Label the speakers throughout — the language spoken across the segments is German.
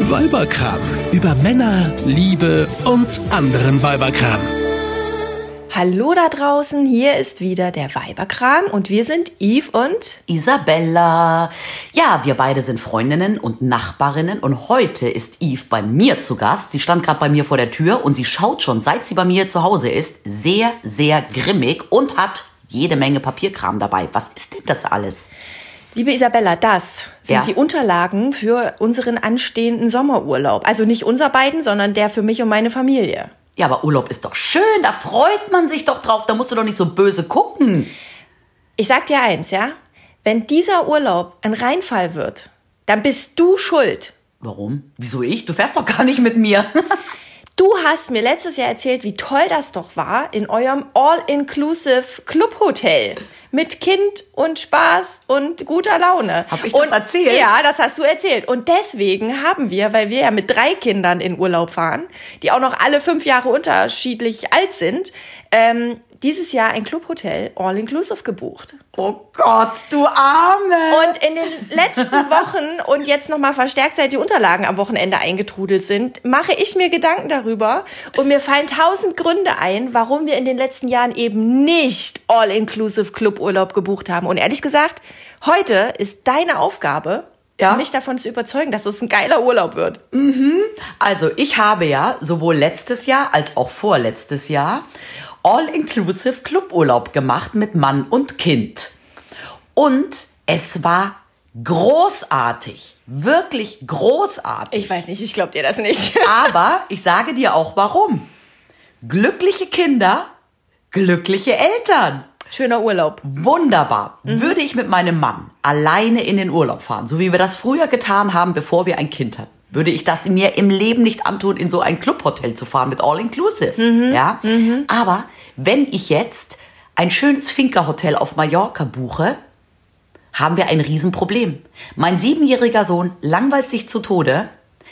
Speaker 1: Weiberkram. Über Männer, Liebe und anderen Weiberkram.
Speaker 2: Hallo da draußen, hier ist wieder der Weiberkram und wir sind Yves und
Speaker 3: Isabella. Ja, wir beide sind Freundinnen und Nachbarinnen und heute ist Eve bei mir zu Gast. Sie stand gerade bei mir vor der Tür und sie schaut schon, seit sie bei mir zu Hause ist, sehr, sehr grimmig und hat jede Menge Papierkram dabei. Was ist denn das alles?
Speaker 2: liebe Isabella, das sind
Speaker 3: Ja.
Speaker 2: die Unterlagen für unseren anstehenden Sommerurlaub. Also nicht unser beiden, sondern der für mich und meine Familie.
Speaker 3: Ja, aber Urlaub ist doch schön, da freut man sich doch drauf, da musst du doch nicht so böse gucken.
Speaker 2: Ich sag dir eins, ja? Wenn dieser Urlaub ein Reinfall wird, dann bist du schuld.
Speaker 3: Warum? Wieso ich? Du fährst doch gar nicht mit mir.
Speaker 2: Du hast mir letztes Jahr erzählt, wie toll das doch war in eurem All-Inclusive Clubhotel. Mit Kind und Spaß und guter Laune.
Speaker 3: Hab ich das
Speaker 2: und,
Speaker 3: erzählt?
Speaker 2: Ja, das hast du erzählt. Und deswegen haben wir, weil wir ja mit drei Kindern in Urlaub fahren, die auch noch alle fünf Jahre unterschiedlich alt sind, ähm, dieses Jahr ein Clubhotel All-Inclusive gebucht.
Speaker 3: Oh Gott, du Arme.
Speaker 2: Und in den letzten Wochen und jetzt nochmal verstärkt, seit die Unterlagen am Wochenende eingetrudelt sind, mache ich mir Gedanken darüber und mir fallen tausend Gründe ein, warum wir in den letzten Jahren eben nicht All-Inclusive Cluburlaub gebucht haben. Und ehrlich gesagt, heute ist deine Aufgabe,
Speaker 3: Ja.
Speaker 2: mich davon zu überzeugen, dass es ein geiler Urlaub wird.
Speaker 3: Also ich habe ja sowohl letztes Jahr als auch vorletztes Jahr All-Inclusive Cluburlaub gemacht mit Mann und Kind. Und es war großartig. Wirklich großartig.
Speaker 2: Ich weiß nicht, ich glaube dir das nicht.
Speaker 3: Aber ich sage dir auch warum. Glückliche Kinder, glückliche Eltern.
Speaker 2: Schöner Urlaub.
Speaker 3: Wunderbar. Würde ich mit meinem Mann alleine in den Urlaub fahren, so wie wir das früher getan haben, bevor wir ein Kind hatten, würde ich das mir im Leben nicht antun, in so ein Clubhotel zu fahren mit All Inclusive. Ja? Aber wenn ich jetzt ein schönes Finca-Hotel auf Mallorca buche, haben wir ein Riesenproblem. Mein siebenjähriger Sohn langweilt sich zu Tode,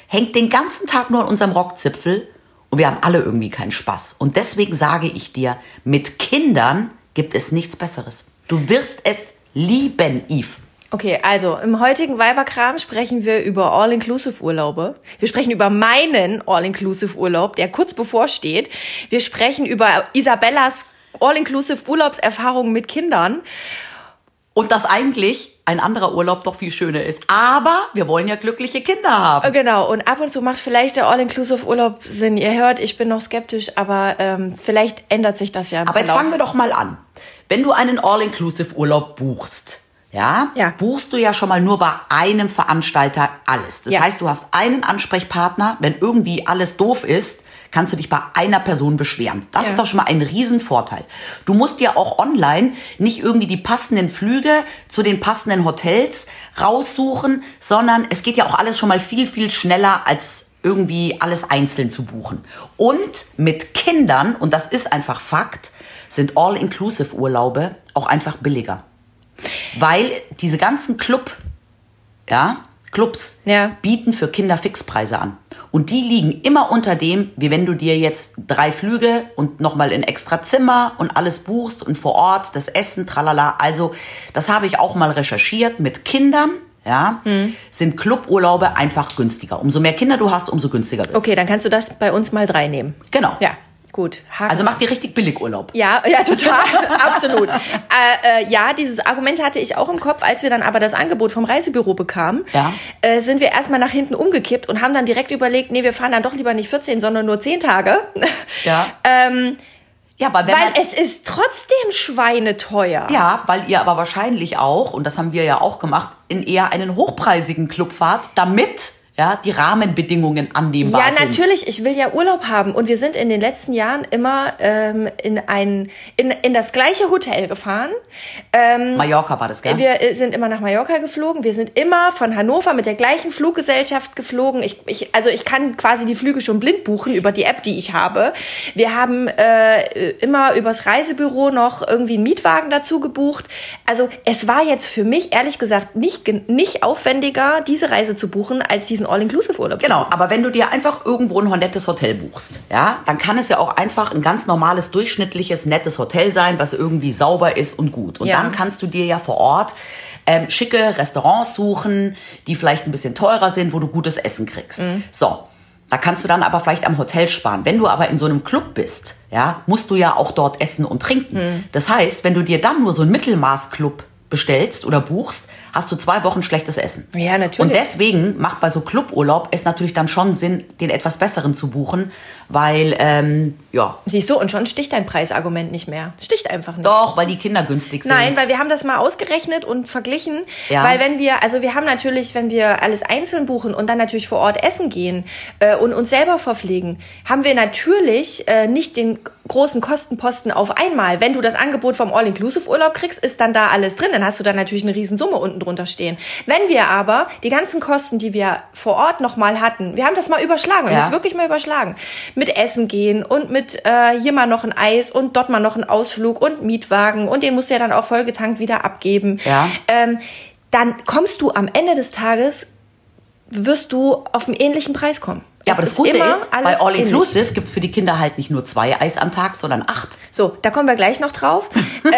Speaker 3: hängt den ganzen Tag nur an unserem Rockzipfel und wir haben alle irgendwie keinen Spaß. Und deswegen sage ich dir, mit Kindern gibt es nichts Besseres. Du wirst es lieben, Yves.
Speaker 2: Okay, also im heutigen Weiberkram sprechen wir über All-Inclusive-Urlaube. Wir sprechen über meinen All-Inclusive-Urlaub, der kurz bevorsteht. Wir sprechen über Isabellas All-Inclusive-Urlaubserfahrung mit Kindern.
Speaker 3: Und dass eigentlich ein anderer Urlaub doch viel schöner ist. Aber wir wollen ja glückliche Kinder
Speaker 2: Äh,
Speaker 3: haben.
Speaker 2: Genau, und ab und zu macht vielleicht der All-Inclusive-Urlaub Sinn. Ihr hört, ich bin noch skeptisch, aber ähm, vielleicht ändert sich das ja im
Speaker 3: Aber jetzt
Speaker 2: Verlauf.
Speaker 3: fangen wir doch mal an. Wenn du einen All-Inclusive-Urlaub buchst, ja,
Speaker 2: Ja.
Speaker 3: buchst du ja schon mal nur bei einem Veranstalter alles. Das
Speaker 2: Ja.
Speaker 3: heißt, du hast einen Ansprechpartner. Wenn irgendwie alles doof ist, kannst du dich bei einer Person beschweren. Das
Speaker 2: Ja.
Speaker 3: ist doch schon mal ein Riesenvorteil. Du musst dir auch online nicht irgendwie die passenden Flüge zu den passenden Hotels raussuchen, sondern es geht ja auch alles schon mal viel, viel schneller als irgendwie alles einzeln zu buchen. Und mit Kindern, und das ist einfach Fakt, sind All-Inclusive-Urlaube auch einfach billiger. Weil diese ganzen Club, ja, Clubs
Speaker 2: Ja.
Speaker 3: bieten für Kinder Fixpreise an. Und die liegen immer unter dem, wie wenn du dir jetzt drei Flüge und nochmal in extra Zimmer und alles buchst und vor Ort das Essen, tralala. Also, das habe ich auch mal recherchiert mit Kindern. Ja,
Speaker 2: Hm.
Speaker 3: sind Cluburlaube einfach günstiger. Umso mehr Kinder du hast, umso günstiger wird's.
Speaker 2: Okay, dann kannst du das bei uns mal drei nehmen.
Speaker 3: Genau.
Speaker 2: Ja, gut. Haken.
Speaker 3: Also mach dir richtig billig Urlaub.
Speaker 2: Ja, ja, total, absolut. Äh, äh, ja, dieses Argument hatte ich auch im Kopf, als wir dann aber das Angebot vom Reisebüro bekamen,
Speaker 3: Ja.
Speaker 2: äh, sind wir erstmal nach hinten umgekippt und haben dann direkt überlegt, nee, wir fahren dann doch lieber nicht 14, sondern nur 10 Tage,
Speaker 3: Ja.
Speaker 2: ähm,
Speaker 3: Ja, weil wenn
Speaker 2: weil
Speaker 3: man-
Speaker 2: es ist trotzdem schweineteuer.
Speaker 3: Ja, weil ihr aber wahrscheinlich auch, und das haben wir ja auch gemacht, in eher einen hochpreisigen Club fahrt, damit ja, die Rahmenbedingungen annehmbar
Speaker 2: Ja,
Speaker 3: sind.
Speaker 2: natürlich. Ich will ja Urlaub haben. Und wir sind in den letzten Jahren immer ähm, in, ein, in, in das gleiche Hotel gefahren.
Speaker 3: Mallorca war das, gell?
Speaker 2: Wir äh, sind immer nach Mallorca geflogen. Wir sind immer von Hannover mit der gleichen Fluggesellschaft geflogen. Ich, ich, also ich kann quasi die Flüge schon blind buchen über die App, die ich habe. Wir haben äh, immer übers Reisebüro noch irgendwie einen Mietwagen dazu gebucht. Also es war jetzt für mich ehrlich gesagt nicht, gen- nicht aufwendiger, diese Reise zu buchen, als diesen All-Inclusive-Urlaub.
Speaker 3: Genau, aber wenn du dir einfach irgendwo ein nettes Hotel buchst, ja, dann kann es ja auch einfach ein ganz normales, durchschnittliches, nettes Hotel sein, was irgendwie sauber ist und gut. Und
Speaker 2: Ja.
Speaker 3: dann kannst du dir ja vor Ort ähm, schicke Restaurants suchen, die vielleicht ein bisschen teurer sind, wo du gutes Essen kriegst. So. Da kannst du dann aber vielleicht am Hotel sparen. Wenn du aber in so einem Club bist, ja, musst du ja auch dort essen und trinken. Das heißt, wenn du dir dann nur so einen Mittelmaß-Club bestellst oder buchst, hast du zwei Wochen schlechtes Essen.
Speaker 2: Ja, natürlich.
Speaker 3: Und deswegen macht bei so Cluburlaub es natürlich dann schon Sinn, den etwas besseren zu buchen, weil, ähm, ja,
Speaker 2: Siehst du, und schon sticht dein Preisargument nicht mehr. Sticht einfach nicht.
Speaker 3: doch, weil die Kinder günstig sind.
Speaker 2: Nein, weil wir haben das mal ausgerechnet und verglichen.
Speaker 3: Ja.
Speaker 2: Weil wenn wir, also wir haben natürlich, wenn wir alles einzeln buchen und dann natürlich vor Ort essen gehen äh, und uns selber verpflegen, haben wir natürlich äh, nicht den großen Kostenposten auf einmal. Wenn du das Angebot vom All-Inclusive-Urlaub kriegst, ist dann da alles drin. Dann hast du da natürlich eine Riesensumme unten drunter stehen. Wenn wir aber die ganzen Kosten, die wir vor Ort nochmal hatten, wir haben das mal überschlagen, wir haben
Speaker 3: Ja.
Speaker 2: das wirklich mal überschlagen, mit Essen gehen und mit äh, hier mal noch ein Eis und dort mal noch ein Ausflug und Mietwagen und den musst du ja dann auch vollgetankt wieder abgeben.
Speaker 3: Ja.
Speaker 2: Ähm, dann kommst du am Ende des Tages, wirst du auf einen ähnlichen Preis kommen.
Speaker 3: Ja,
Speaker 2: Es
Speaker 3: aber das Gute
Speaker 2: immer
Speaker 3: ist,
Speaker 2: alles
Speaker 3: bei All
Speaker 2: ähnlich.
Speaker 3: Inclusive gibt's für die Kinder halt nicht nur zwei Eis am Tag, sondern acht.
Speaker 2: So, da kommen wir gleich noch drauf. äh,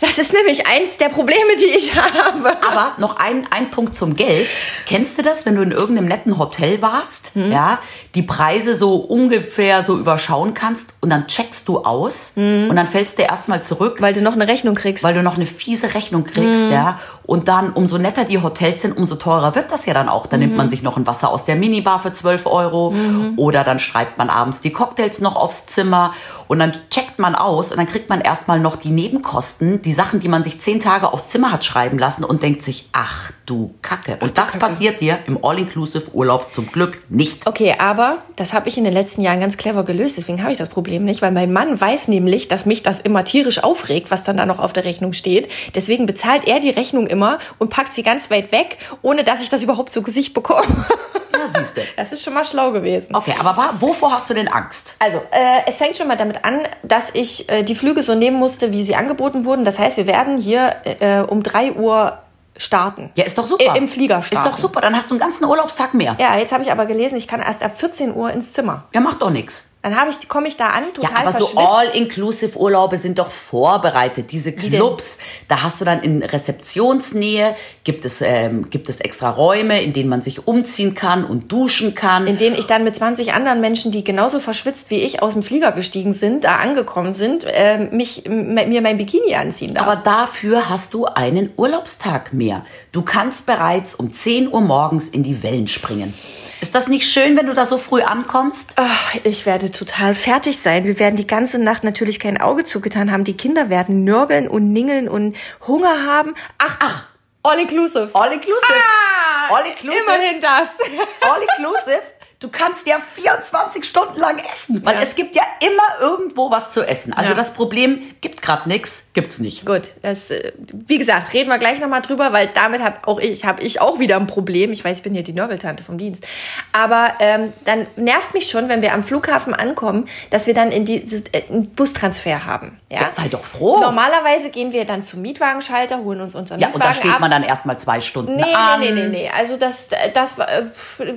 Speaker 2: das ist nämlich eins der Probleme, die ich habe.
Speaker 3: Aber noch ein, ein Punkt zum Geld. Kennst du das, wenn du in irgendeinem netten Hotel warst,
Speaker 2: Mhm.
Speaker 3: ja, die Preise so ungefähr so überschauen kannst und dann checkst du aus
Speaker 2: Mhm.
Speaker 3: und dann fällst du erstmal zurück,
Speaker 2: Weil du noch eine Rechnung kriegst.
Speaker 3: weil du noch eine fiese Rechnung
Speaker 2: Mhm.
Speaker 3: kriegst, ja. Und dann, umso netter die Hotels sind, umso teurer wird das ja dann auch. Dann
Speaker 2: Mhm.
Speaker 3: nimmt man sich noch ein Wasser aus der Minibar für 12 Euro oder dann schreibt man abends die Cocktails noch aufs Zimmer und dann checkt man aus und dann kriegt man erstmal noch die Nebenkosten, die Sachen, die man sich zehn Tage aufs Zimmer hat schreiben lassen und denkt sich, ach du Kacke. Und das passiert dir im All-Inclusive-Urlaub zum Glück nicht.
Speaker 2: Okay, aber das habe ich in den letzten Jahren ganz clever gelöst, deswegen habe ich das Problem nicht, weil mein Mann weiß nämlich, dass mich das immer tierisch aufregt, was dann da noch auf der Rechnung steht. Deswegen bezahlt er die Rechnung immer und packt sie ganz weit weg, ohne dass ich das überhaupt zu Gesicht bekomme.
Speaker 3: Ja, siehst du.
Speaker 2: Das ist schon mal schlau gewesen.
Speaker 3: Okay, aber wa- wovor hast du denn Angst?
Speaker 2: Also, äh, es fängt schon mal damit an, dass ich äh, die Flüge so nehmen musste, wie sie angeboten wurden. Das heißt, wir werden hier äh, um 3 Uhr starten. Äh,
Speaker 3: Ja, ist doch super.
Speaker 2: Im Flieger
Speaker 3: Ist
Speaker 2: starten.
Speaker 3: doch super, dann hast du einen ganzen Urlaubstag mehr.
Speaker 2: Ja, jetzt habe ich aber gelesen, ich kann erst ab 14 Uhr ins Zimmer.
Speaker 3: ja macht doch nichts.
Speaker 2: Dann habe ich, komme ich da an,
Speaker 3: Ja,
Speaker 2: total
Speaker 3: aber so
Speaker 2: verschwitzt.
Speaker 3: All-Inclusive-Urlaube sind doch vorbereitet. Diese
Speaker 2: denn?
Speaker 3: Clubs, da hast du dann in Rezeptionsnähe, gibt es, ähm, gibt es extra Räume, in denen man sich umziehen kann und duschen kann.
Speaker 2: in denen ich dann mit 20 anderen Menschen, die genauso verschwitzt wie ich aus dem Flieger gestiegen sind, da angekommen sind, äh, mich, m- mir mein Bikini anziehen darf.
Speaker 3: aber dafür hast du einen Urlaubstag mehr. Du kannst bereits um 10 Uhr morgens in die Wellen springen. Ist das nicht schön, wenn du da so früh ankommst?
Speaker 2: Ach, ich werde total fertig sein. Wir werden die ganze Nacht natürlich kein Auge zugetan haben. Die Kinder werden nörgeln und ningeln und Hunger haben. Ach, ach, all inclusive.
Speaker 3: All-Inclusive.
Speaker 2: Ah,
Speaker 3: All-Inclusive.
Speaker 2: Immerhin das.
Speaker 3: All inclusive. Du kannst ja 24 Stunden lang essen, weil
Speaker 2: Ja.
Speaker 3: es gibt ja immer irgendwo was zu essen. Also
Speaker 2: Ja.
Speaker 3: das Problem, gibt grad nix, gibt's nicht.
Speaker 2: Gut, das, äh, wie gesagt, reden wir gleich nochmal drüber, weil damit habe auch ich, hab ich auch wieder ein Problem. Ich weiß, ich bin hier die Nörgeltante vom Dienst. Aber ähm, dann nervt mich schon, wenn wir am Flughafen ankommen, dass wir dann in die, äh, einen Bustransfer haben. Ja?
Speaker 3: Ja, sei doch froh.
Speaker 2: Normalerweise gehen wir dann zum Mietwagenschalter, holen uns unseren
Speaker 3: Ja, und
Speaker 2: Mietwagen
Speaker 3: da steht
Speaker 2: ab.
Speaker 3: man dann erstmal zwei Stunden
Speaker 2: Nee,
Speaker 3: an.
Speaker 2: nee, nee, nee, nee. Also das, das äh,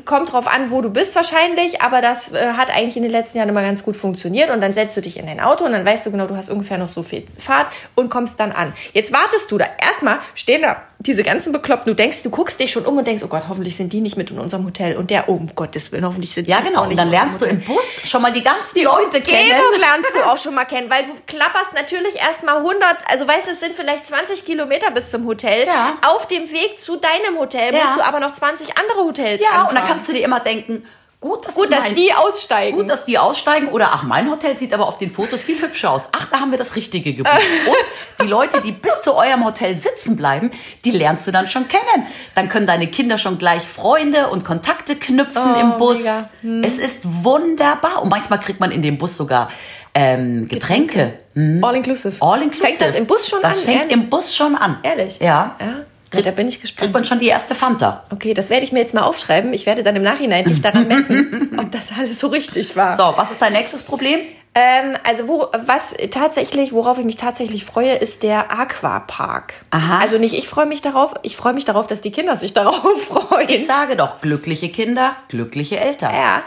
Speaker 2: kommt drauf an, wo du bist wahrscheinlich, aber das äh, hat eigentlich in den letzten Jahren immer ganz gut funktioniert und dann setzt du dich in dein Auto und dann weißt du genau, du hast ungefähr noch so viel Fahrt und kommst dann an. Jetzt wartest du da. Erstmal stehen da diese ganzen Bekloppten. Du denkst, du guckst dich schon um und denkst, oh Gott, hoffentlich sind die nicht mit in unserem Hotel und der, oh, um Gottes Willen, hoffentlich sind
Speaker 3: Ja,
Speaker 2: die
Speaker 3: genau.
Speaker 2: auch
Speaker 3: Und
Speaker 2: nicht
Speaker 3: dann
Speaker 2: in unserem
Speaker 3: lernst du
Speaker 2: Hotel.
Speaker 3: im Bus schon mal die ganzen Leute kennen.
Speaker 2: Umgebung lernst du auch schon mal kennen, weil du klapperst natürlich erstmal 100, also weißt du, es sind vielleicht 20 Kilometer bis zum Hotel.
Speaker 3: Ja.
Speaker 2: Auf dem Weg zu deinem Hotel
Speaker 3: Ja.
Speaker 2: musst du aber noch 20 andere Hotels
Speaker 3: Ja,
Speaker 2: anfahren.
Speaker 3: und dann kannst du dir immer denken, gut, dass,
Speaker 2: Gut, dass
Speaker 3: mein-
Speaker 2: die aussteigen.
Speaker 3: Gut, dass die aussteigen oder ach, mein Hotel sieht aber auf den Fotos viel hübscher aus. Ach, da haben wir das Richtige gebucht. Und die Leute, die bis zu eurem Hotel sitzen bleiben, die lernst du dann schon kennen. Dann können deine Kinder schon gleich Freunde und Kontakte knüpfen
Speaker 2: Oh,
Speaker 3: im Bus.
Speaker 2: mega.
Speaker 3: Es ist wunderbar. Und manchmal kriegt man in dem Bus sogar ähm, Getränke.
Speaker 2: All inclusive.
Speaker 3: Mhm. All inclusive.
Speaker 2: Fängt das im Bus schon
Speaker 3: das
Speaker 2: an?
Speaker 3: Fängt
Speaker 2: Ehrlich?
Speaker 3: im Bus schon an.
Speaker 2: Ehrlich?
Speaker 3: Ja.
Speaker 2: ja. Ja, Da bin ich
Speaker 3: Kriegt
Speaker 2: gespannt.
Speaker 3: man schon die erste Fanta.
Speaker 2: Okay, das werde ich mir jetzt mal aufschreiben. Ich werde dann im Nachhinein dich daran messen, ob das alles so richtig war.
Speaker 3: So, was ist dein nächstes Problem?
Speaker 2: Ähm, also wo, was tatsächlich, worauf ich mich tatsächlich freue, ist der Aquapark.
Speaker 3: Aha.
Speaker 2: Also nicht ich freue mich darauf, ich freue mich darauf, dass die Kinder sich darauf freuen.
Speaker 3: Ich sage doch, glückliche Kinder, glückliche Eltern.
Speaker 2: Ja,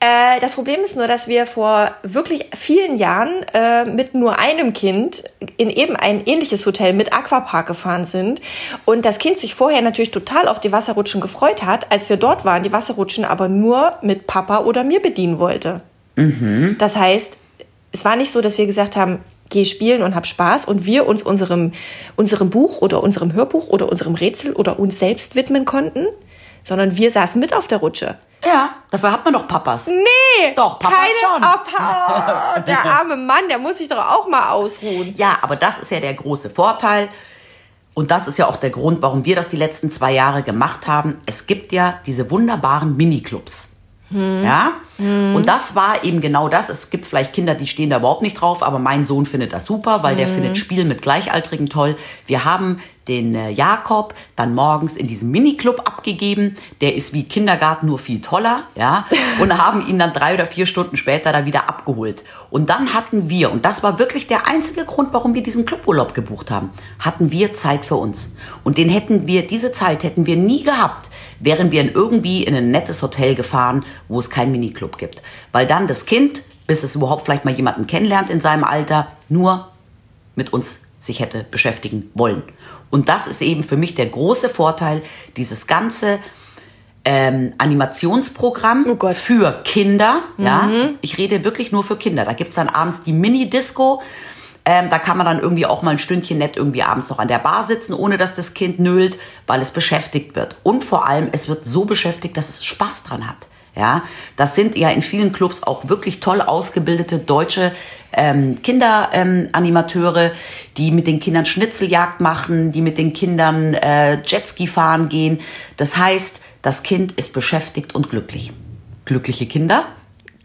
Speaker 2: Äh, das Problem ist nur, dass wir vor wirklich vielen Jahren äh, mit nur einem Kind in eben ein ähnliches Hotel mit Aquapark gefahren sind und das Kind sich vorher natürlich total auf die Wasserrutschen gefreut hat, als wir dort waren, die Wasserrutschen aber nur mit Papa oder mir bedienen wollte. Das heißt, es war nicht so, dass wir gesagt haben, geh spielen und hab Spaß und wir uns unserem, unserem Buch oder unserem Hörbuch oder unserem Rätsel oder uns selbst widmen konnten, sondern wir saßen mit auf der Rutsche.
Speaker 3: Ja, dafür hat man doch Papas.
Speaker 2: Nee,
Speaker 3: Doch, Papas
Speaker 2: keine
Speaker 3: schon.
Speaker 2: Papa. Oh, der arme Mann, der muss sich doch auch mal ausruhen.
Speaker 3: Ja, aber das ist ja der große Vorteil. Und das ist ja auch der Grund, warum wir das die letzten zwei Jahre gemacht haben. Es gibt ja diese wunderbaren Miniclubs. Ja? Und das war eben genau das. Es gibt vielleicht Kinder, die stehen da überhaupt nicht drauf, aber mein Sohn findet das super, weil der findet Spielen mit Gleichaltrigen toll. Wir haben den äh, Jakob dann morgens in diesem Miniclub abgegeben. Der ist wie Kindergarten nur viel toller, ja, und haben ihn dann drei oder vier Stunden später da wieder abgeholt. Und dann hatten wir, und das war wirklich der einzige Grund, warum wir diesen Cluburlaub gebucht haben, hatten wir Zeit für uns. Und den hätten wir, diese Zeit hätten wir nie gehabt, wären wir in irgendwie in ein nettes Hotel gefahren, wo es keinen Miniclub gibt. Weil dann das Kind, bis es überhaupt vielleicht mal jemanden kennenlernt in seinem Alter, nur mit uns sich hätte beschäftigen wollen. Und das ist eben für mich der große Vorteil, dieses ganze ähm, Animationsprogramm
Speaker 2: Oh Gott.
Speaker 3: für Kinder. Ja, ich rede wirklich nur für Kinder. Da gibt's dann abends die Mini-Disco. Ähm, da kann man dann irgendwie auch mal ein Stündchen nett irgendwie abends noch an der Bar sitzen, ohne dass das Kind nölt, weil es beschäftigt wird. Und vor allem, es wird so beschäftigt, dass es Spaß dran hat. Ja, das sind ja in vielen Clubs auch wirklich toll ausgebildete deutsche ähm, Kinderanimateure, ähm, Animateure, die mit den Kindern Schnitzeljagd machen, die mit den Kindern äh, Jetski fahren gehen. Das heißt, das Kind ist beschäftigt und glücklich. Glückliche Kinder,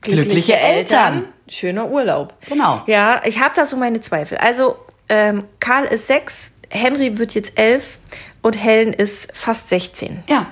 Speaker 3: glückliche, Eltern.
Speaker 2: Schöner Urlaub.
Speaker 3: Genau.
Speaker 2: Ja, ich habe da so meine Zweifel. Also, ähm, Karl ist sechs, Henry wird jetzt elf und Helen ist fast 16.
Speaker 3: Ja,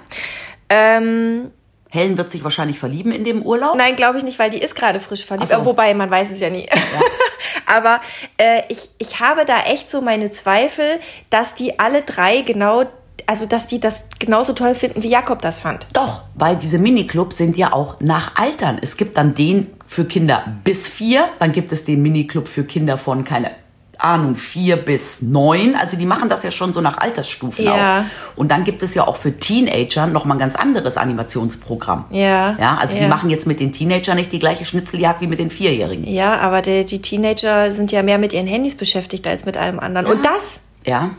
Speaker 2: Ähm,
Speaker 3: Helen wird sich wahrscheinlich verlieben in dem Urlaub.
Speaker 2: nein, glaube ich nicht, weil die ist gerade frisch verliebt.
Speaker 3: Ach so.
Speaker 2: Oh, Wobei, man weiß es ja nie. Aber äh, ich, ich habe da echt so meine Zweifel, dass die alle drei genau, also dass die das genauso toll finden, wie Jakob das fand.
Speaker 3: Doch, weil diese Miniclubs sind ja auch nach Altern. Es gibt dann den für Kinder bis vier, dann gibt es den Miniclub für Kinder von, keine Ahnung, vier bis neun. Also die machen das ja schon so nach Altersstufen
Speaker 2: Ja.
Speaker 3: auch. Und dann gibt es ja auch für Teenager nochmal ein ganz anderes Animationsprogramm.
Speaker 2: Ja.
Speaker 3: Ja, also die
Speaker 2: Ja.
Speaker 3: machen jetzt mit den Teenagern nicht die gleiche Schnitzeljagd wie mit den Vierjährigen.
Speaker 2: Ja, aber die, die Teenager sind ja mehr mit ihren Handys beschäftigt als mit allem anderen. Und das,
Speaker 3: Ja,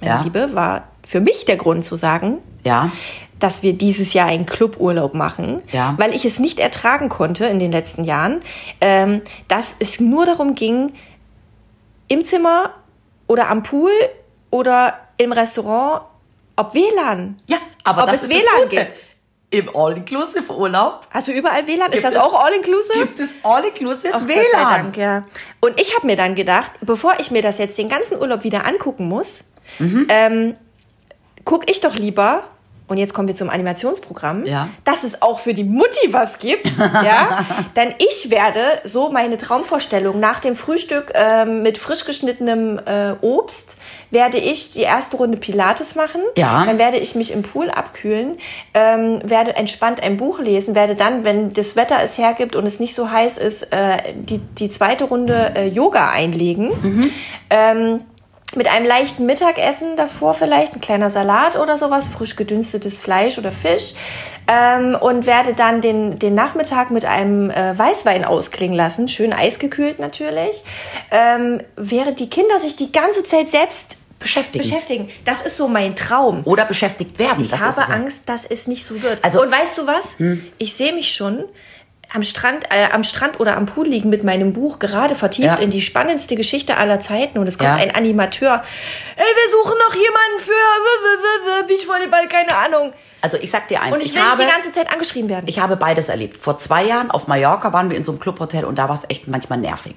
Speaker 2: meine
Speaker 3: Ja.
Speaker 2: Liebe, war für mich der Grund zu sagen,
Speaker 3: ja.
Speaker 2: dass wir dieses Jahr einen Cluburlaub machen,
Speaker 3: Ja.
Speaker 2: weil ich es nicht ertragen konnte in den letzten Jahren, ähm, dass es nur darum ging, im Zimmer oder am Pool oder im Restaurant, ob WLAN.
Speaker 3: Ja, aber
Speaker 2: Ob
Speaker 3: das
Speaker 2: es
Speaker 3: ist
Speaker 2: WLAN
Speaker 3: das Gute.
Speaker 2: gibt?
Speaker 3: Im All-Inclusive-Urlaub
Speaker 2: Hast du also überall WLAN? Ist
Speaker 3: Gibt
Speaker 2: das
Speaker 3: es-
Speaker 2: auch all-inclusive?
Speaker 3: gibt es All-Inclusive
Speaker 2: Ach, Gott sei
Speaker 3: WLAN.
Speaker 2: Dank, ja. Und ich habe mir dann gedacht, bevor ich mir das jetzt den ganzen Urlaub wieder angucken muss, ähm, guck ich doch lieber. Und jetzt kommen wir zum Animationsprogramm,
Speaker 3: Ja.
Speaker 2: dass es auch für die Mutti was gibt, ja. Denn ich werde so meine Traumvorstellung nach dem Frühstück ähm, mit frisch geschnittenem äh, Obst werde ich die erste Runde Pilates machen.
Speaker 3: Ja.
Speaker 2: Dann werde ich mich im Pool abkühlen, ähm, werde entspannt ein Buch lesen, werde dann, wenn das Wetter es hergibt und es nicht so heiß ist, äh, die, die zweite Runde äh, Yoga einlegen. Ähm, mit einem leichten Mittagessen davor vielleicht, ein kleiner Salat oder sowas, frisch gedünstetes Fleisch oder Fisch. Ähm, und werde dann den, den Nachmittag mit einem äh, Weißwein ausklingen lassen, schön eisgekühlt natürlich. Ähm, während die Kinder sich die ganze Zeit selbst
Speaker 3: Beschäftigen.
Speaker 2: beschäftigen. Das ist so mein Traum.
Speaker 3: Oder beschäftigt werden.
Speaker 2: Ich
Speaker 3: das ist es
Speaker 2: habe
Speaker 3: ja.
Speaker 2: Angst, dass es nicht so wird.
Speaker 3: Also-
Speaker 2: und weißt du was? Ich sehe mich schon am Strand, äh, am Strand oder am Pool liegen mit meinem Buch, gerade vertieft
Speaker 3: Ja.
Speaker 2: in die spannendste Geschichte aller Zeiten. Und es kommt
Speaker 3: Ja.
Speaker 2: ein Animateur. Ey, wir suchen noch jemanden für w- w- w- Beachvolleyball, keine Ahnung.
Speaker 3: Also ich sag dir eins,
Speaker 2: Und ich,
Speaker 3: ich
Speaker 2: will
Speaker 3: habe
Speaker 2: nicht die ganze Zeit angeschrien werden.
Speaker 3: ich habe beides erlebt. Vor zwei Jahren auf Mallorca waren wir in so einem Clubhotel und da war es echt manchmal nervig.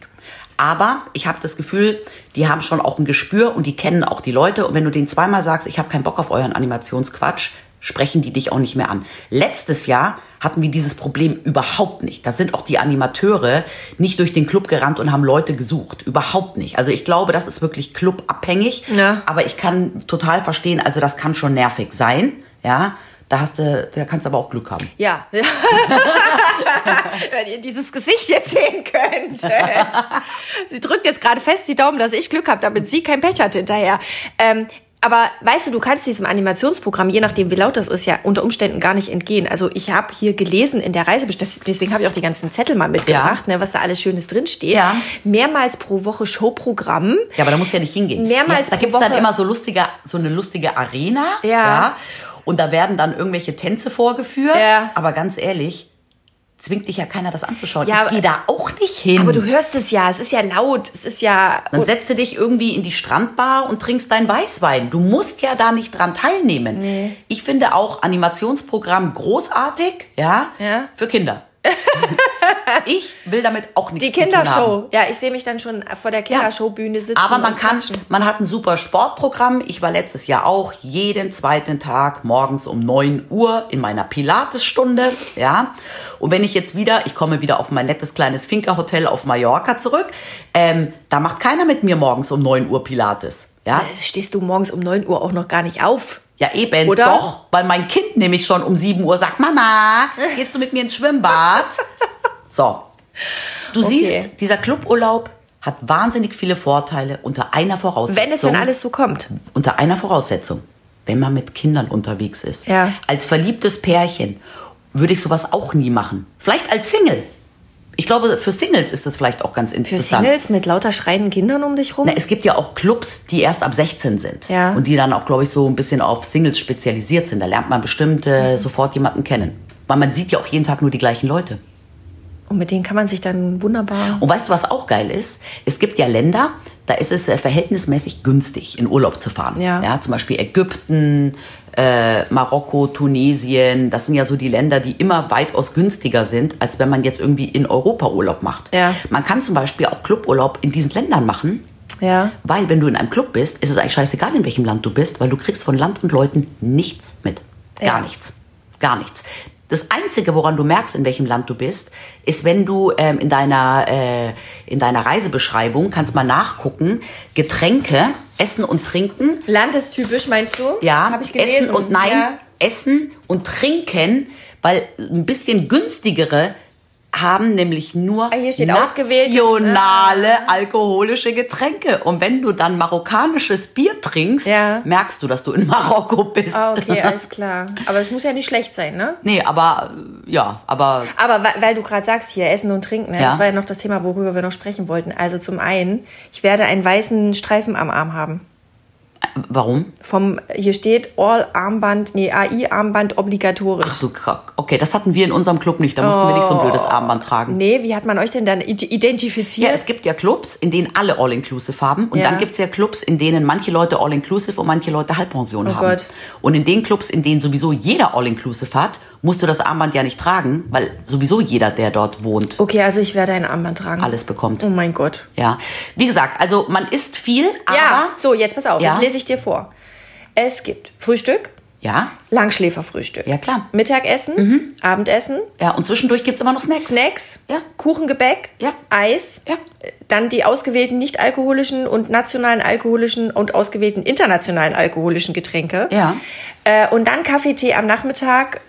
Speaker 3: Aber ich habe das Gefühl, die haben schon auch ein Gespür und die kennen auch die Leute. Und wenn du denen zweimal sagst, ich habe keinen Bock auf euren Animationsquatsch, sprechen die dich auch nicht mehr an. Letztes Jahr hatten wir dieses Problem überhaupt nicht. Da sind auch die Animateure nicht durch den Club gerannt und haben Leute gesucht. Überhaupt nicht. Also ich glaube, das ist wirklich clubabhängig.
Speaker 2: Ja.
Speaker 3: Aber ich kann total verstehen, also das kann schon nervig sein. Ja, da hast du, da kannst du aber auch Glück haben.
Speaker 2: ja. Wenn ihr dieses Gesicht jetzt sehen könnt. sie drückt jetzt gerade fest die Daumen, dass ich Glück habe, damit sie kein Pech hat hinterher. Ähm, aber weißt du, du kannst diesem Animationsprogramm, je nachdem wie laut das ist, ja unter Umständen gar nicht entgehen. Also ich habe hier gelesen in der Reise, deswegen habe ich auch die ganzen Zettel mal mitgebracht, ne, was da alles Schönes drinsteht.
Speaker 3: Ja.
Speaker 2: Mehrmals pro Woche Showprogramm.
Speaker 3: Ja, aber da musst du ja nicht hingehen.
Speaker 2: Mehrmals
Speaker 3: ja, Da
Speaker 2: pro
Speaker 3: gibt's dann
Speaker 2: Woche.
Speaker 3: immer so lustige, so eine lustige Arena.
Speaker 2: Ja.
Speaker 3: und da werden dann irgendwelche Tänze vorgeführt.
Speaker 2: Ja.
Speaker 3: Aber ganz ehrlich, zwingt dich ja keiner, das anzuschauen.
Speaker 2: Ja, aber-
Speaker 3: ich gehe da auch nicht hin.
Speaker 2: Aber du hörst es ja, es ist ja laut, es ist ja...
Speaker 3: dann setze dich irgendwie in die Strandbar und trinkst dein Weißwein. Du musst ja da nicht dran teilnehmen. Ich finde auch Animationsprogramm großartig, ja,
Speaker 2: Ja.
Speaker 3: für Kinder. ich will damit auch nichts
Speaker 2: Die
Speaker 3: zu tun haben.
Speaker 2: Kindershow. Ja, ich sehe mich dann schon vor der
Speaker 3: Ja.
Speaker 2: Kindershowbühne sitzen.
Speaker 3: Aber man
Speaker 2: und
Speaker 3: kann,
Speaker 2: quatschen.
Speaker 3: man hat ein super Sportprogramm. Ich war letztes Jahr auch jeden zweiten Tag morgens um 9 Uhr in meiner Pilatesstunde, ja. Und wenn ich jetzt wieder, ich komme wieder auf mein nettes kleines Finca-Hotel auf Mallorca zurück, ähm, da macht keiner mit mir morgens um 9 Uhr Pilates, ja.
Speaker 2: Stehst du morgens um 9 Uhr auch noch gar nicht auf?
Speaker 3: Ja, eben.
Speaker 2: Oder?
Speaker 3: Doch, weil mein Kind nämlich schon um 7 Uhr sagt, Mama, gehst du mit mir ins Schwimmbad? so. Du siehst, dieser Cluburlaub hat wahnsinnig viele Vorteile unter einer Voraussetzung.
Speaker 2: Wenn es denn alles so kommt.
Speaker 3: Unter einer Voraussetzung. Wenn man mit Kindern unterwegs ist.
Speaker 2: Ja.
Speaker 3: Als verliebtes Pärchen würde ich sowas auch nie machen. Vielleicht als Single. Ich glaube, für Singles ist das vielleicht auch ganz
Speaker 2: Für
Speaker 3: interessant.
Speaker 2: Singles mit lauter schreienden Kindern um dich rum?
Speaker 3: Na, es gibt ja auch Clubs, die erst ab 16 sind.
Speaker 2: Ja.
Speaker 3: Und die dann auch, glaube ich, so ein bisschen auf Singles spezialisiert sind. Da lernt man bestimmt
Speaker 2: Mhm.
Speaker 3: äh, sofort jemanden kennen. Weil man sieht ja auch jeden Tag nur die gleichen Leute.
Speaker 2: Und mit denen kann man sich dann wunderbar.
Speaker 3: Und weißt du, was auch geil ist? Es gibt ja Länder, da ist es äh, verhältnismäßig günstig, in Urlaub zu fahren.
Speaker 2: Ja.
Speaker 3: ja zum Beispiel Ägypten, äh, Marokko, Tunesien. Das sind ja so die Länder, die immer weitaus günstiger sind, als wenn man jetzt irgendwie in Europa Urlaub macht.
Speaker 2: Ja.
Speaker 3: Man kann zum Beispiel auch Cluburlaub in diesen Ländern machen.
Speaker 2: Ja.
Speaker 3: Weil wenn du in einem Club bist, ist es eigentlich scheißegal, in welchem Land du bist, weil du kriegst von Land und Leuten nichts mit. Gar
Speaker 2: Ja.
Speaker 3: nichts. Gar nichts. Das Einzige, woran du merkst, in welchem Land du bist, ist, wenn du ähm, in, deiner, äh, in deiner Reisebeschreibung, kannst mal nachgucken, Getränke, Essen und Trinken,
Speaker 2: Landestypisch, meinst du?
Speaker 3: ja,
Speaker 2: Habe ich gelesen.
Speaker 3: Essen und Nein,
Speaker 2: Ja.
Speaker 3: Essen und Trinken, weil ein bisschen günstigere haben nämlich nur
Speaker 2: Ah, hier steht ah. ausgewählt.
Speaker 3: nationale alkoholische Getränke. Und wenn du dann marokkanisches Bier trinkst,
Speaker 2: Ja.
Speaker 3: merkst du, dass du in Marokko bist.
Speaker 2: Ah, okay, alles klar. Aber es muss ja nicht schlecht sein, ne?
Speaker 3: nee, aber äh, ja, aber
Speaker 2: Aber weil, weil du gerade sagst, hier Essen und Trinken, ne?
Speaker 3: Ja.
Speaker 2: das war ja noch das Thema, worüber wir noch sprechen wollten. Also zum einen, ich werde einen weißen Streifen am Arm haben.
Speaker 3: warum?
Speaker 2: Vom, hier steht All-Armband, nee, AI-Armband obligatorisch.
Speaker 3: Ach du Kack. Okay, das hatten wir in unserem Club nicht. Da mussten wir nicht
Speaker 2: Oh,
Speaker 3: so ein blödes Armband tragen.
Speaker 2: Nee, wie hat man euch denn dann ide-
Speaker 3: Ja,
Speaker 2: identifiziert?
Speaker 3: es gibt ja Clubs, in denen alle All-Inclusive haben. Und
Speaker 2: Ja.
Speaker 3: dann gibt's ja Clubs, in denen manche Leute All-Inclusive und manche Leute Halbpension
Speaker 2: Oh
Speaker 3: haben.
Speaker 2: Gott.
Speaker 3: Und in den Clubs, in denen sowieso jeder All-Inclusive hat, musst du das Armband ja nicht tragen, weil sowieso jeder, der dort wohnt,
Speaker 2: okay, also ich werde ein Armband tragen.
Speaker 3: alles bekommt.
Speaker 2: Oh mein Gott.
Speaker 3: Ja. Wie gesagt, also man isst viel, aber.
Speaker 2: ja, so, jetzt pass auf,
Speaker 3: Ja.
Speaker 2: jetzt lese ich dir vor. Es gibt Frühstück,
Speaker 3: Ja.
Speaker 2: Langschläferfrühstück.
Speaker 3: Ja, klar.
Speaker 2: Mittagessen, Abendessen,
Speaker 3: Ja, und zwischendurch gibt's immer noch Snacks.
Speaker 2: Snacks,
Speaker 3: Ja.
Speaker 2: Kuchengebäck,
Speaker 3: Ja.
Speaker 2: Eis,
Speaker 3: Ja.
Speaker 2: dann die ausgewählten nicht alkoholischen und nationalen alkoholischen und ausgewählten internationalen alkoholischen Getränke.
Speaker 3: Ja.
Speaker 2: Äh, und dann Kaffee, Tee am Nachmittag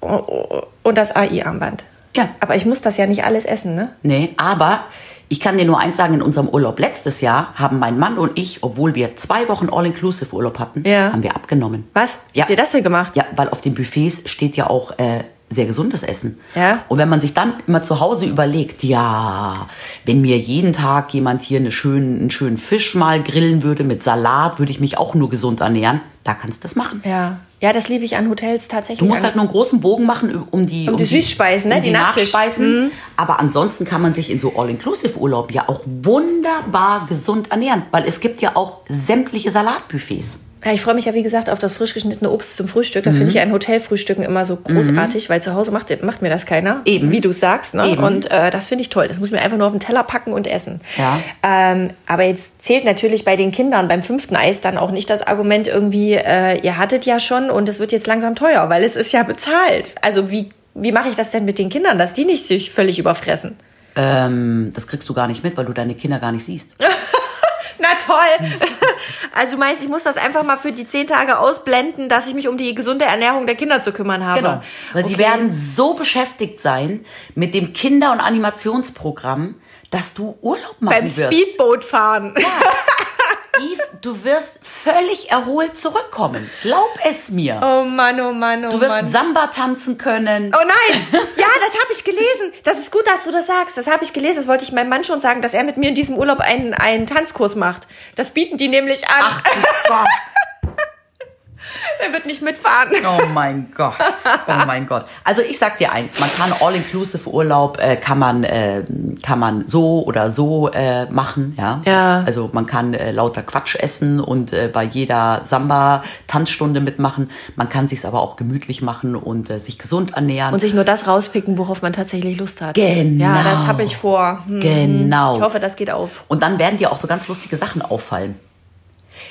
Speaker 2: oh, oh, und das AI-Armband.
Speaker 3: Ja.
Speaker 2: Aber ich muss das ja nicht alles essen, ne?
Speaker 3: Nee, aber ich kann dir nur eins sagen, in unserem Urlaub letztes Jahr haben mein Mann und ich, obwohl wir zwei Wochen All-Inclusive Urlaub hatten,
Speaker 2: Ja.
Speaker 3: haben wir abgenommen.
Speaker 2: Was?
Speaker 3: Ja.
Speaker 2: Habt ihr das denn gemacht?
Speaker 3: Ja, weil auf den Buffets steht ja auch äh, sehr gesundes Essen.
Speaker 2: Ja.
Speaker 3: Und wenn man sich dann immer zu Hause überlegt, ja, wenn mir jeden Tag jemand hier eine schönen, einen schönen Fisch mal grillen würde mit Salat, würde ich mich auch nur gesund ernähren, da kannst du das machen.
Speaker 2: Ja. Ja, das liebe ich an Hotels tatsächlich.
Speaker 3: Du musst
Speaker 2: an
Speaker 3: halt nur einen großen Bogen machen um die,
Speaker 2: die Süßspeisen, ne?
Speaker 3: um die,
Speaker 2: Die Nachtisch. Mhm.
Speaker 3: Nachspeisen. Aber ansonsten kann man sich in so All-Inclusive-Urlaub ja auch wunderbar gesund ernähren, weil es gibt ja auch sämtliche Salatbuffets.
Speaker 2: Ja, ich freue mich ja, wie gesagt, auf das frisch geschnittene Obst zum Frühstück. Das
Speaker 3: Mhm.
Speaker 2: finde ich ja in Hotelfrühstücken immer so großartig, weil zu Hause macht, macht mir das keiner.
Speaker 3: Eben.
Speaker 2: Wie du sagst. Ne?
Speaker 3: Eben.
Speaker 2: Und äh, das finde ich toll. Das muss ich mir einfach nur auf den Teller packen und essen.
Speaker 3: Ja.
Speaker 2: Ähm, aber jetzt zählt natürlich bei den Kindern beim fünften Eis dann auch nicht das Argument irgendwie, äh, ihr hattet ja schon und es wird jetzt langsam teuer, weil es ist ja bezahlt. Also wie, wie mache ich das denn mit den Kindern, dass die nicht sich völlig überfressen?
Speaker 3: Ähm, das kriegst du gar nicht mit, weil du deine Kinder gar nicht siehst.
Speaker 2: Na toll. Also du meinst, ich muss das einfach mal für die zehn Tage ausblenden, dass ich mich um die gesunde Ernährung der Kinder zu kümmern habe.
Speaker 3: Genau. Weil sie
Speaker 2: Okay.
Speaker 3: werden so beschäftigt sein mit dem Kinder- und Animationsprogramm, dass du Urlaub machen
Speaker 2: beim
Speaker 3: wirst.
Speaker 2: Speedboot fahren.
Speaker 3: Eve, du wirst völlig erholt zurückkommen. Glaub es mir.
Speaker 2: Oh Mann, oh Mann, oh
Speaker 3: du wirst
Speaker 2: Mann.
Speaker 3: Samba tanzen können.
Speaker 2: Oh nein! Ja, das habe ich gelesen. Das ist gut, dass du das sagst. Das habe ich gelesen. Das wollte ich meinem Mann schon sagen, dass er mit mir in diesem Urlaub einen, einen Tanzkurs macht. Das bieten die nämlich an.
Speaker 3: Ach du Gott.
Speaker 2: Er wird nicht mitfahren.
Speaker 3: Oh mein Gott, oh mein Gott. Also ich sag dir eins, man kann All-Inclusive Urlaub, äh, kann man, äh, kann man so oder so äh, machen, ja.
Speaker 2: Ja.
Speaker 3: Also man kann äh, lauter Quatsch essen und äh, bei jeder Samba-Tanzstunde mitmachen. Man kann sich's aber auch gemütlich machen und äh, sich gesund ernähren.
Speaker 2: Und sich nur das rauspicken, worauf man tatsächlich Lust hat.
Speaker 3: Genau.
Speaker 2: Ja, das habe ich vor. Hm.
Speaker 3: genau.
Speaker 2: Ich hoffe, das geht auf.
Speaker 3: Und dann werden dir auch so ganz lustige Sachen auffallen.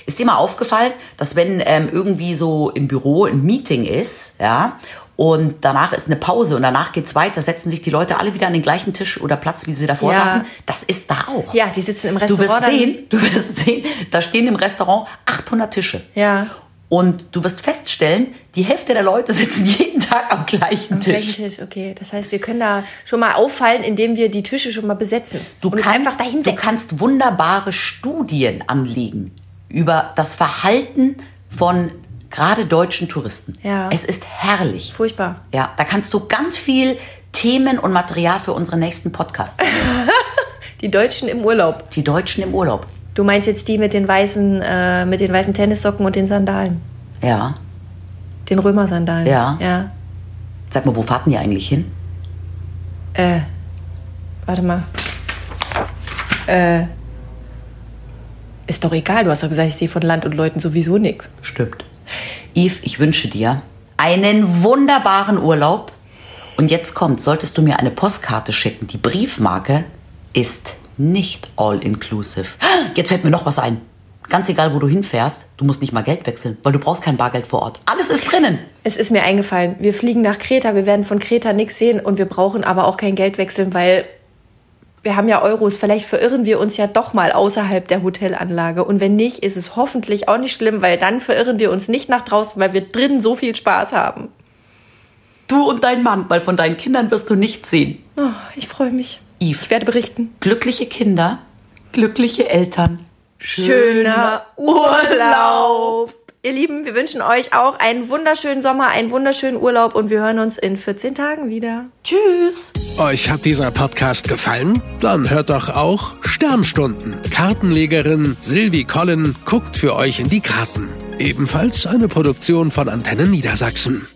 Speaker 3: Ist dir mal aufgefallen, dass wenn ähm, irgendwie so im Büro ein Meeting ist, ja, und danach ist eine Pause und danach geht's weiter, setzen sich die Leute alle wieder an den gleichen Tisch oder Platz, wie sie davor
Speaker 2: Ja.
Speaker 3: saßen. Das ist da auch.
Speaker 2: Ja, die sitzen im
Speaker 3: Du wirst
Speaker 2: Restaurant. dann-
Speaker 3: sehen, du wirst sehen, da stehen im Restaurant 800 Tische.
Speaker 2: Ja.
Speaker 3: Und du wirst feststellen, die Hälfte der Leute sitzen jeden Tag am gleichen Tisch.
Speaker 2: Welchen Tisch? Okay, das heißt, wir können da schon mal auffallen, indem wir die Tische schon mal besetzen.
Speaker 3: Du
Speaker 2: und uns
Speaker 3: kannst,
Speaker 2: einfach dahin
Speaker 3: du kannst wunderbare Studien anlegen über das Verhalten von gerade deutschen Touristen.
Speaker 2: Ja.
Speaker 3: Es ist herrlich.
Speaker 2: Furchtbar.
Speaker 3: Ja, da kannst du ganz viel Themen und Material für unseren nächsten Podcast. sammeln.
Speaker 2: Die Deutschen im Urlaub.
Speaker 3: Die Deutschen im Urlaub.
Speaker 2: Du meinst jetzt die mit den weißen, äh, mit den weißen Tennissocken und den Sandalen.
Speaker 3: Ja.
Speaker 2: Den Römersandalen.
Speaker 3: Ja.
Speaker 2: Ja.
Speaker 3: Sag mal, wo fahrten die eigentlich hin?
Speaker 2: Äh. Warte mal. Äh. Ist doch egal, du hast doch gesagt, ich sehe von Land und Leuten sowieso nichts.
Speaker 3: Stimmt. Yves, ich wünsche dir einen wunderbaren Urlaub. Und jetzt kommt, solltest du mir eine Postkarte schicken. Die Briefmarke ist nicht all-inclusive. Jetzt fällt mir noch was ein. Ganz egal, wo du hinfährst, du musst nicht mal Geld wechseln, weil du brauchst kein Bargeld vor Ort. Alles ist drinnen.
Speaker 2: Es ist mir eingefallen, wir fliegen nach Kreta, wir werden von Kreta nichts sehen und wir brauchen aber auch kein Geld wechseln, weil wir haben ja Euros. Vielleicht verirren wir uns ja doch mal außerhalb der Hotelanlage. Und wenn nicht, ist es hoffentlich auch nicht schlimm, weil dann verirren wir uns nicht nach draußen, weil wir drinnen so viel Spaß haben.
Speaker 3: Du und dein Mann, weil von deinen Kindern wirst du nichts sehen.
Speaker 2: Oh, ich freue mich.
Speaker 3: Yves.
Speaker 2: Ich werde berichten.
Speaker 3: Glückliche Kinder, glückliche Eltern.
Speaker 2: Ihr Lieben, wir wünschen euch auch einen wunderschönen Sommer, einen wunderschönen Urlaub und wir hören uns in 14 Tagen wieder.
Speaker 3: Tschüss.
Speaker 1: Euch hat dieser Podcast gefallen? Dann hört doch auch Sternstunden. Kartenlegerin Silvi Collin guckt für euch in die Karten. Ebenfalls eine Produktion von Antenne Niedersachsen.